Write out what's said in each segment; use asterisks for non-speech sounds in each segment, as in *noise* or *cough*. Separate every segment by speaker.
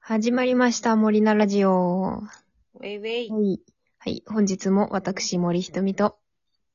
Speaker 1: 始まりました、森菜ラジオ。は
Speaker 2: ウェイウェイ。
Speaker 1: い。はい、本日も私、森ひとみと、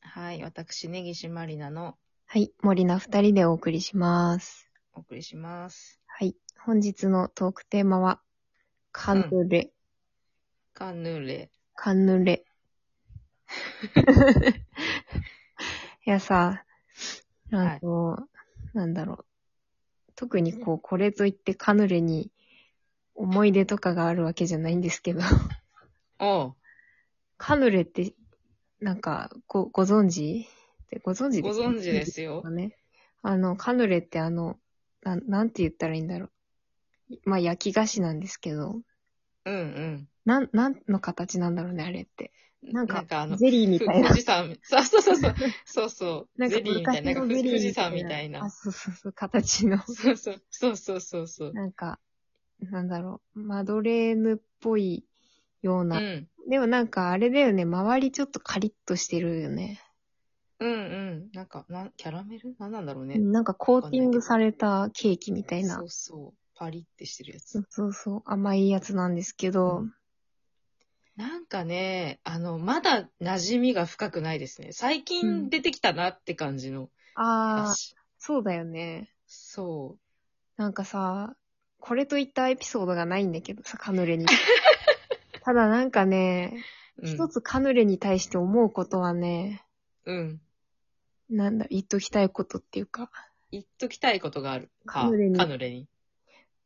Speaker 2: はい、私、根岸まりなの
Speaker 1: はい、森菜二人でお送りします。
Speaker 2: お送りします。
Speaker 1: はい、本日のトークテーマは、カヌレ、
Speaker 2: カヌレ。
Speaker 1: カヌレ。 *laughs* いやさ、あの、なんだろう。特にこう、これといってカヌレに思い出とかがあるわけじゃないんですけど、
Speaker 2: おう、
Speaker 1: カヌレって、なんか、ご、ご存知でご存知
Speaker 2: ご
Speaker 1: です
Speaker 2: 存知ですよ
Speaker 1: よ。ね。あの、カヌレってあの、なん、なんて言ったらいいんだろう。まあ、焼き菓子なんですけど、
Speaker 2: うんうん。
Speaker 1: なん、なんの形なんだろうね、あれって。なんか、
Speaker 2: あの、
Speaker 1: ゼリーみたいな
Speaker 2: ふ富士山、そうそうそうそう、そうそ
Speaker 1: *laughs*
Speaker 2: う、
Speaker 1: なんか
Speaker 2: ゼリーみたいな、
Speaker 1: 昔
Speaker 2: な
Speaker 1: の
Speaker 2: ん
Speaker 1: ゼ
Speaker 2: か
Speaker 1: リー
Speaker 2: 富士山みたいな
Speaker 1: あ、。そうそうそう、形の。 *laughs*
Speaker 2: そうそう、そうそうそうそう。
Speaker 1: なんか、なんだろう、マドレーヌっぽいよう
Speaker 2: う
Speaker 1: な。
Speaker 2: ん、
Speaker 1: でもなんかあれだよね、周りちょっとカリッとしてるよね。
Speaker 2: うんうん。なんか、なんキャラメルなんなんだろうね。
Speaker 1: なんかコーティングされたケーキみたいな
Speaker 2: そ。うそう、パリってしてるや
Speaker 1: そ
Speaker 2: つ
Speaker 1: う。そうそう、甘いやつなんですけど、
Speaker 2: なんかね、あの、まだ馴染みが深くないですね。最
Speaker 1: うん
Speaker 2: 近出てきたなって感じの
Speaker 1: ああ、
Speaker 2: 味。
Speaker 1: そうだよね。
Speaker 2: そう。
Speaker 1: なんかさ、これといったエピソードがないんだけどさ、カヌレ
Speaker 2: *laughs*
Speaker 1: に。ただなんかね、
Speaker 2: うん
Speaker 1: 一つカヌレに対して思うことはね、
Speaker 2: うん。
Speaker 1: なんだ、言っときたいことっていうか、
Speaker 2: 言っときたいことがある。
Speaker 1: カヌレに
Speaker 2: あカヌレに。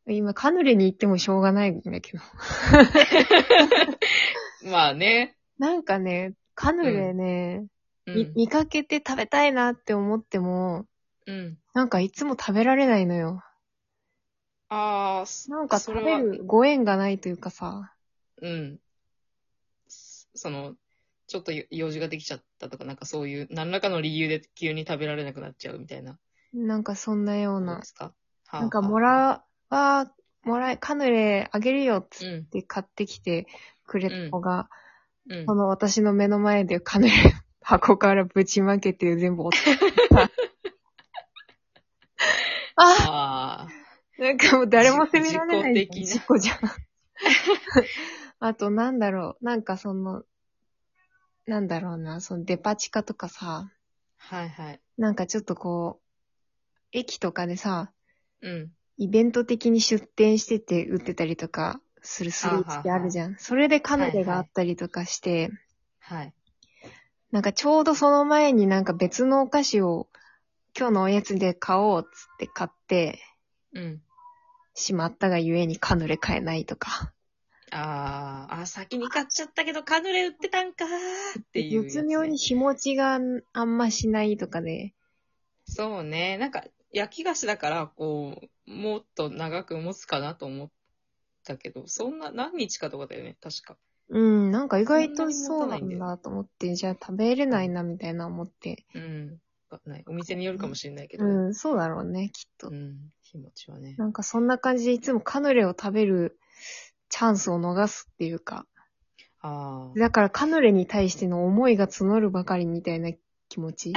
Speaker 1: 今カヌレに行ってもしょうがないんだけど。
Speaker 2: まあね。
Speaker 1: なんかね、カヌレね、
Speaker 2: う
Speaker 1: み
Speaker 2: ん。
Speaker 1: 見かけて食べたいなって思っても、
Speaker 2: うん、
Speaker 1: なんかいつも食べられないのよ。
Speaker 2: ああ、そ
Speaker 1: なんか食べ
Speaker 2: それは
Speaker 1: るご縁がないというかさ、
Speaker 2: うん。そその、ちょっとよ用事ができちゃったとか、なんかそういう、何らかの理由で急に食べられなくなっちゃうみたいな。
Speaker 1: なんかそんなよう
Speaker 2: どう
Speaker 1: な
Speaker 2: で。すかはあ
Speaker 1: なんか
Speaker 2: はあ
Speaker 1: もらわ、もらえ、カヌレあげるよっつっ
Speaker 2: うん。
Speaker 1: て買ってきてくれた子が、
Speaker 2: うん
Speaker 1: こ。の私の目の前でカヌレ *laughs* 箱からぶちまけて全部落と
Speaker 2: *laughs*
Speaker 1: した。あ
Speaker 2: ああ。
Speaker 1: なんかもう誰も責められない。
Speaker 2: 自己的な
Speaker 1: 故じゃん。 *laughs* あとなんだろう、なんかその、なんだろうな、そのデパ地下とかさ、
Speaker 2: はいはい。
Speaker 1: なんかちょっとこう、駅とかでさ、
Speaker 2: うん。
Speaker 1: イベント的に出店してて売ってたりとかするスイーツってあるじゃん。それでカヌレがあったりとかして、
Speaker 2: はい。
Speaker 1: なんかちょうどその前になんか別のお菓子を今日のおやつで買おうっつって買って
Speaker 2: うん。
Speaker 1: しまったがゆえにカヌレ買えないとか。
Speaker 2: あーあ、先に買っちゃったけど、カヌレ売ってたんかーっていうやつね、
Speaker 1: 絶妙に日持ちがあんましないとかで、
Speaker 2: そうね。なんか、焼き菓子だから、こう、もっと長く持つかなと思ったけど、そんな何日かとかだよね、確か。
Speaker 1: うん、なんか意外と
Speaker 2: そ
Speaker 1: そうんな
Speaker 2: なに持たない
Speaker 1: ん
Speaker 2: んだ
Speaker 1: だと思って、じゃあ食べれないなみたいな思って。
Speaker 2: うん。わかんないお店によるかもしれないけど、
Speaker 1: う。ん、そうだろうね、きっと
Speaker 2: う。ん。日持ちはね。
Speaker 1: なんかそんな感じでいつもカヌレを食べるチャンスを逃すっていうか、
Speaker 2: ああ。
Speaker 1: だからカヌレに対しての思いが募るばかりみたいな気持
Speaker 2: *laughs*
Speaker 1: ち、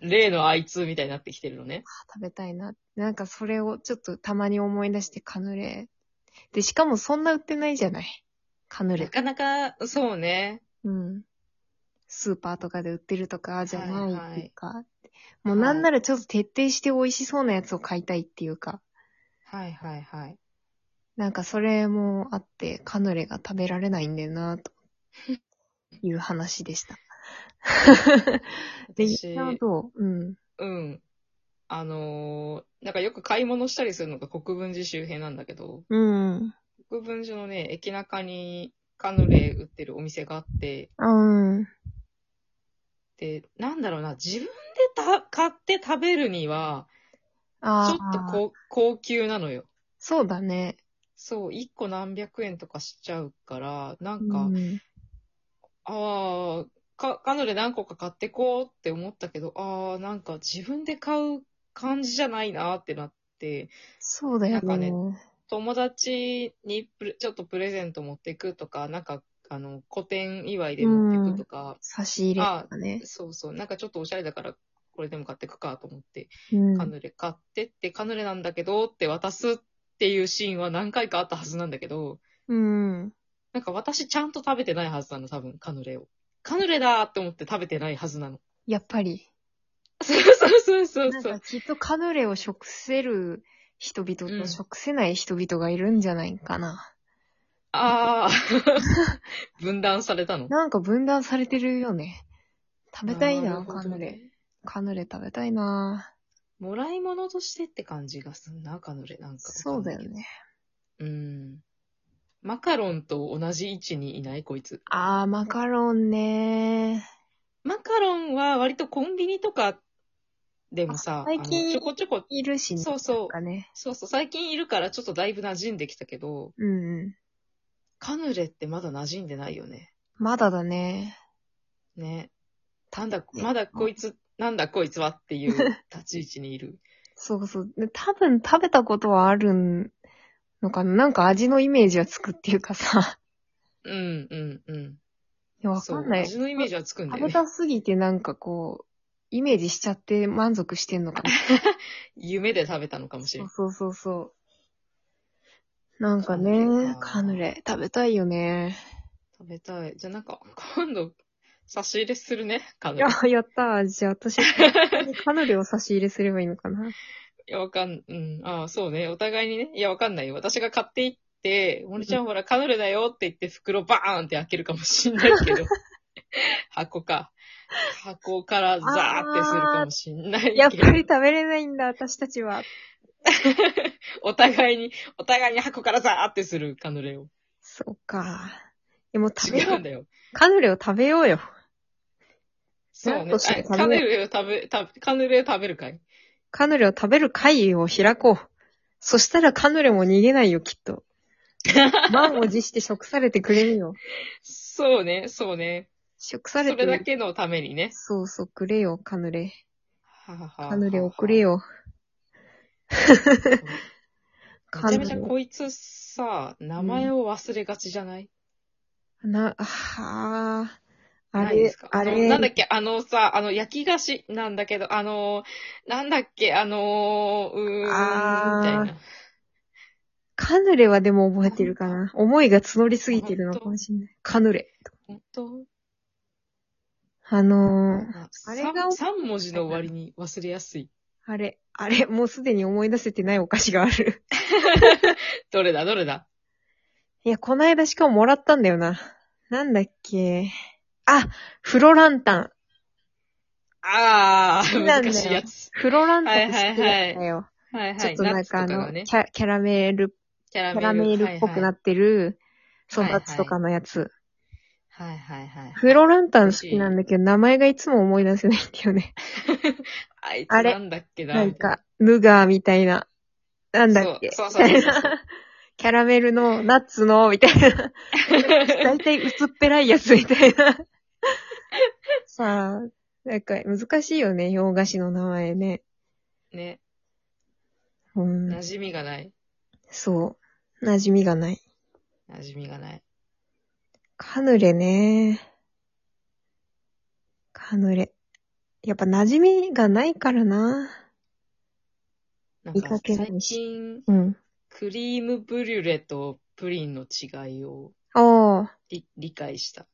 Speaker 2: 例のあいつみたいになってきてるのね。
Speaker 1: 食べたいな。なんかそれをちょっとたまに思い出してカヌレ。で、しかもそんな売ってないじゃないカヌ
Speaker 2: な
Speaker 1: レ。
Speaker 2: かなか、そうね。
Speaker 1: うん。スーパーとかで売ってるとかじゃないっていうか、も
Speaker 2: は
Speaker 1: う
Speaker 2: い
Speaker 1: なんならちょっと徹底して美味しそうなやつを買いたいっていうか、
Speaker 2: はいはいはい。
Speaker 1: なんかそれもあってカヌレが食べられないんだよな *laughs* という話で *laughs* した。で、
Speaker 2: 私、
Speaker 1: なるほど。うん。
Speaker 2: うん。あのーなんかよく買い物したりするのが国分寺周辺なんだけど、
Speaker 1: うん。
Speaker 2: 国分寺のね、駅中にカヌレ売ってるお店があって、
Speaker 1: うん。
Speaker 2: で、なんだろうな、自分でた買って食べるには、ち
Speaker 1: あ
Speaker 2: ょ
Speaker 1: あ。
Speaker 2: っと高高級なのよ。
Speaker 1: そうだね。
Speaker 2: そう、1個何百円とかしちゃうから、なんか、
Speaker 1: うん。
Speaker 2: ああ、か、カヌレ何個か買ってこうって思ったけど、ああ、なんか自分で買う感じじゃないなってなって、
Speaker 1: そうだよ
Speaker 2: なんか
Speaker 1: ね
Speaker 2: ね。友達にプレちょっとプレゼント持ってくとか、なんか、あの、個展祝いで持ってくとか、
Speaker 1: 差し入れとかね。
Speaker 2: そうそう、なんかちょっとおしゃれだから、これでも買ってくかと思って、
Speaker 1: うん
Speaker 2: カ。ヌレ買ってって、カヌレなんだけどって渡すってっていうシーンは何回かあったはずなんだけど、
Speaker 1: うん。
Speaker 2: なんか私ちゃんと食べてないはずなの、多分、カヌレを。カヌレだーって思って食べてないはずなの。
Speaker 1: やっぱり。
Speaker 2: そうそうそうそう
Speaker 1: なん
Speaker 2: そ
Speaker 1: か
Speaker 2: う。
Speaker 1: きっとカヌレを食せる人々
Speaker 2: うん
Speaker 1: と食せない人々がいるんじゃないかな。*laughs*
Speaker 2: あー。分断されたの。
Speaker 1: なんか分断されてるよね。食べたいな、
Speaker 2: るほ
Speaker 1: カ
Speaker 2: ど
Speaker 1: ヌ
Speaker 2: ね
Speaker 1: レ。。カヌレ食べたいな。
Speaker 2: もらい物としてって感じがすんな、カヌレなんかわか
Speaker 1: そ
Speaker 2: ん
Speaker 1: うだ
Speaker 2: ない
Speaker 1: よ
Speaker 2: けど。
Speaker 1: ね。
Speaker 2: うん。マカロンと同じ位置にいないこいつ。
Speaker 1: あー、マカロンね。
Speaker 2: マカロンは割とコンビニとかでもさ、
Speaker 1: あ最近
Speaker 2: あのちょこちょこ、
Speaker 1: いるしね。
Speaker 2: そうそう
Speaker 1: なんかね。
Speaker 2: そうそう、最近いるからちょっとだいぶ馴染んできたけど、
Speaker 1: うんうん。
Speaker 2: カヌレってまだ馴染んでないよね。
Speaker 1: まだだね。
Speaker 2: ね。なんだ、まだこいつ、なんだこいつはっていう
Speaker 1: *laughs*
Speaker 2: 立ち位置にいる。
Speaker 1: そうそう。で多分食べたことはあるのかな。なんか味のイメージはつくっていうかさ。 *laughs*
Speaker 2: うん、うん、うん。
Speaker 1: いやわ
Speaker 2: そ
Speaker 1: か
Speaker 2: うん
Speaker 1: ない。
Speaker 2: 味のイメージはつくんだ
Speaker 1: 食
Speaker 2: よ
Speaker 1: べ
Speaker 2: ね。
Speaker 1: たすぎてなんかこう、イメージしちゃって満足してんのかな。
Speaker 2: 夢で食べたのかもしれ
Speaker 1: そ
Speaker 2: な
Speaker 1: う
Speaker 2: い。
Speaker 1: そうそうそう。なんか
Speaker 2: カヌレ
Speaker 1: ね
Speaker 2: か、
Speaker 1: カヌレ食べたいよね。
Speaker 2: 食べたい。じゃあなんか、今度、差し入れするね、カ
Speaker 1: い
Speaker 2: ヌレ
Speaker 1: や。、 *laughs* やったー。じゃあ私、カヌレを差し入れすればいいのかな。
Speaker 2: いや、わかん、うん、ああ、そうね。お互いにね。いや、わかんないよ。私が買っていって、森ちゃんほら、カヌレだよって言って、袋バーンって開けるかもしんない
Speaker 1: *laughs*
Speaker 2: けど。箱か。箱からザーってするかもしんない
Speaker 1: やっ
Speaker 2: けど
Speaker 1: ぱ。り食べれないんだ、私たちは。
Speaker 2: *laughs* お互いに、お互いに箱からザーってするカヌレを。
Speaker 1: そうか。でもう食べ
Speaker 2: 違
Speaker 1: よ
Speaker 2: う。
Speaker 1: うん
Speaker 2: だよ。
Speaker 1: カヌレを食べようよ。
Speaker 2: そう
Speaker 1: なん
Speaker 2: ね。
Speaker 1: として
Speaker 2: あカ
Speaker 1: 食べ
Speaker 2: ヌ
Speaker 1: よ
Speaker 2: レを食べ、食べカヌレを食べるかい
Speaker 1: カヌレを食べる会を開こう。そしたらカヌレも逃げないよ、きっ
Speaker 2: *laughs*
Speaker 1: と。満を持して食されてくれるよ。
Speaker 2: そうね、そうね。
Speaker 1: 食
Speaker 2: そ
Speaker 1: されて
Speaker 2: れだけのためにね。
Speaker 1: そうそう、くれよ、カヌレ。
Speaker 2: はははは
Speaker 1: カヌレをくれ。よ。
Speaker 2: めちゃめちゃ
Speaker 1: カヌレ
Speaker 2: こいつさ、名前を忘れがちじゃない、
Speaker 1: な、はあ、あ
Speaker 2: ないで
Speaker 1: れ
Speaker 2: すか、
Speaker 1: あ
Speaker 2: のなんだっ
Speaker 1: れ、
Speaker 2: け、あのさ、あの、焼き菓子なんだけど、あのー、なんだっけ、あのー、うーん、み
Speaker 1: あー
Speaker 2: たいな。
Speaker 1: カヌレはでも覚えてるかな。思いが募りすぎてるのかもしれない。カヌレ。
Speaker 2: 本当
Speaker 1: あのー、
Speaker 2: あ
Speaker 1: あれが
Speaker 2: 3, 文字の終わりに忘れやすい。
Speaker 1: あれ、あれ、もうすでに思い出せてないお菓子がある。
Speaker 2: どれだ、どれだ。
Speaker 1: いや、こないだしかももらったんだよな。なんだっけ。あ、フロランタン。
Speaker 2: あ
Speaker 1: 好
Speaker 2: ー、
Speaker 1: きなんだ
Speaker 2: 難
Speaker 1: よ
Speaker 2: しいやつ。
Speaker 1: フロランタンって知ってるんだよ。
Speaker 2: はいはい。
Speaker 1: ちょっとなんかあ
Speaker 2: ナッツと
Speaker 1: の
Speaker 2: がね、
Speaker 1: キャ、キャラメールっ
Speaker 2: キャ
Speaker 1: キャラメールっぽくな
Speaker 2: っ
Speaker 1: ってる、そう、
Speaker 2: はいは
Speaker 1: ナ
Speaker 2: い
Speaker 1: ッツとかのやつ。
Speaker 2: はいはいはいはい。
Speaker 1: フロランタン好きなんだけど、名前がいつも思い出せないんだよね。
Speaker 2: あいつ
Speaker 1: あれ
Speaker 2: なんだっけな。
Speaker 1: なんか、ヌガーみたいな。なんだっけ。
Speaker 2: そうそうそ
Speaker 1: *laughs*
Speaker 2: うそうそう
Speaker 1: キャラメルの、ナッツの、みたいな。だいたい薄っぺらいやつみたいな。さあ、なんか難しいよね、洋菓子の名前ね。
Speaker 2: ね、
Speaker 1: う
Speaker 2: 馴
Speaker 1: ん、
Speaker 2: 染みがない。
Speaker 1: そう。馴染みがない。
Speaker 2: 馴染みがない。
Speaker 1: カヌレね。カヌレ。やっぱ馴染みがないからな。
Speaker 2: なん
Speaker 1: 見か
Speaker 2: か
Speaker 1: けない
Speaker 2: 最
Speaker 1: し
Speaker 2: 近、
Speaker 1: うん。
Speaker 2: クリームブリュレとプリンの違いを
Speaker 1: ああ。
Speaker 2: 理理解した。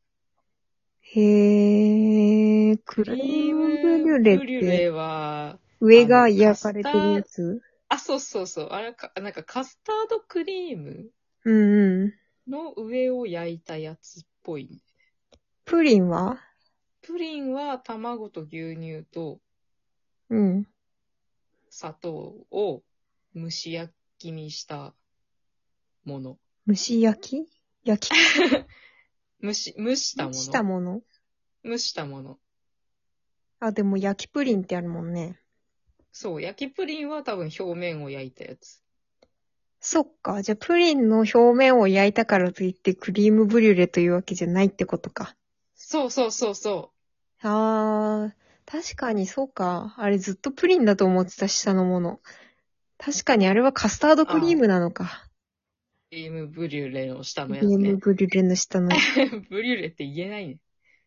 Speaker 1: へえ、ク
Speaker 2: ク
Speaker 1: リームブリュレ
Speaker 2: ブ
Speaker 1: っ
Speaker 2: リュ
Speaker 1: て、
Speaker 2: レは、
Speaker 1: 上が焼かれてるやつ
Speaker 2: あ、そうそうそう。あれか、なんかカスタードクリーム
Speaker 1: うんうん。
Speaker 2: の上を焼いたやつっぽい。
Speaker 1: プリンは
Speaker 2: プリンは卵と牛乳と
Speaker 1: うん。
Speaker 2: 砂糖を蒸し焼きにしたもの。
Speaker 1: 蒸し焼き焼き
Speaker 2: 蒸し、蒸したもの。
Speaker 1: したもの
Speaker 2: 蒸したもの。
Speaker 1: あ、でも焼きプリンってあるもんね。
Speaker 2: そう、焼きプリンは多分表面を焼いたやつ。
Speaker 1: そっか。じゃあ、プリンの表面を焼いたからといって、クリームブリュレというわけじゃないってことか。
Speaker 2: そうそうそうそ
Speaker 1: あー、確かにそうか。あれずっとプリンだと思ってた下のもの。確かにあれはカスタードクリームなのか。
Speaker 2: う。クリームブリュレの下の
Speaker 1: ゲ
Speaker 2: やつ
Speaker 1: ーム
Speaker 2: ね。
Speaker 1: ブリュレの下の。
Speaker 2: *laughs* ブリュレって言えないね。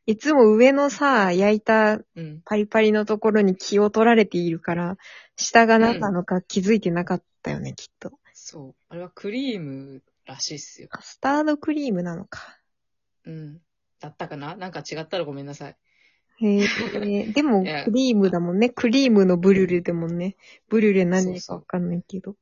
Speaker 1: いつも上のさ、焼いた
Speaker 2: うん。
Speaker 1: パリパリのところに気を取られているから、下が何なのか気づいてなかったよね、きっと。
Speaker 2: そう。あれはクリームらしいっすよ。
Speaker 1: カスタードクリームなのか。
Speaker 2: うん。だったかななんか違ったらごめんなさい。
Speaker 1: へえ、 *laughs* でも、
Speaker 2: いや
Speaker 1: クリームだもんね。クリームのブリュレでもんね。ブリュレ
Speaker 2: そう
Speaker 1: 何
Speaker 2: そ
Speaker 1: か
Speaker 2: う
Speaker 1: わかんないけど。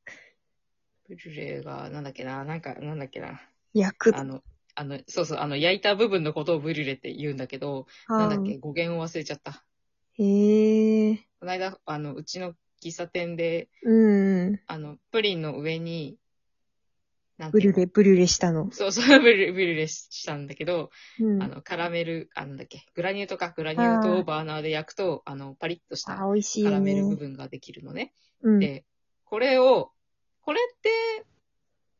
Speaker 2: ブルーレイが、なんだっけな、なんか、なんだっけな。
Speaker 1: 焼く。
Speaker 2: あの、あの、そうそう、あの、焼いた部分のことをブリュレって言うんだけど、なんだっけ、語源を忘れちゃった。
Speaker 1: うんへえ、
Speaker 2: この間、あの、うちの喫茶店で、
Speaker 1: うん。
Speaker 2: あの、プリンの上に、なん
Speaker 1: ブ
Speaker 2: て
Speaker 1: リ
Speaker 2: いう
Speaker 1: ュ
Speaker 2: の
Speaker 1: レ、ブリュレしたの。
Speaker 2: そうそう、ブリュレブリュレしたんだけど、
Speaker 1: うん。
Speaker 2: あ
Speaker 1: あ
Speaker 2: の、カラメル、あなんだっけ、グラニューとか、グラニュー糖をバーナーで焼くと、あの、パリッとした
Speaker 1: 美味しい
Speaker 2: カ
Speaker 1: よ
Speaker 2: ラメ
Speaker 1: ね
Speaker 2: ル。部分ができるのね。
Speaker 1: うん。
Speaker 2: で、これを、これって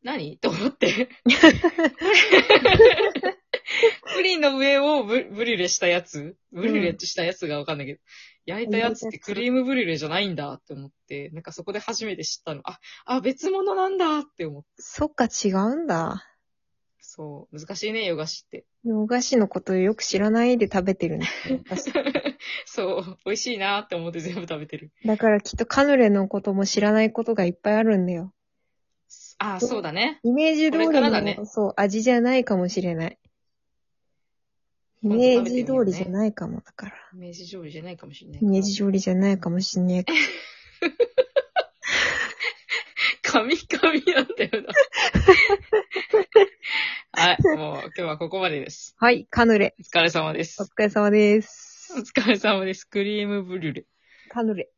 Speaker 2: 何、 *laughs* と思って。プリンの上をブブリュレしたやつブリュレしたやつがわかんないけど、焼いたやつってクリームブリュレじゃないんだって思って、なんかそこで初めて知ったの。あ、あ、別物なんだって思って。
Speaker 1: そっか、違うんだ。
Speaker 2: そう、難しいね、ヨガシって。 *laughs*
Speaker 1: 洋菓子のことよく知らないで食べてるんですよ。私
Speaker 2: そう、美味しいなって思って全部食べてる。
Speaker 1: だからきっとカヌレのことも知らないことがいっぱいあるんだよ。
Speaker 2: あ、そうだね。
Speaker 1: イメージ通り
Speaker 2: これから
Speaker 1: の、
Speaker 2: だね
Speaker 1: そう、味じゃないかもしれない。イ
Speaker 2: 今度
Speaker 1: メー
Speaker 2: 食べてみ
Speaker 1: ジ通
Speaker 2: ようね
Speaker 1: りじゃないかも、だから。
Speaker 2: イメージ上理じゃないかもしれない
Speaker 1: イ。メージ通りじゃないかもしんないけど。
Speaker 2: 神々なんだよな。はい、もう今日はここまでです。
Speaker 1: はい、カヌレ。
Speaker 2: お疲れ様で
Speaker 1: お
Speaker 2: す。
Speaker 1: 疲れ様です
Speaker 2: お。疲れ様です。クリームブリュレ。
Speaker 1: カヌレ。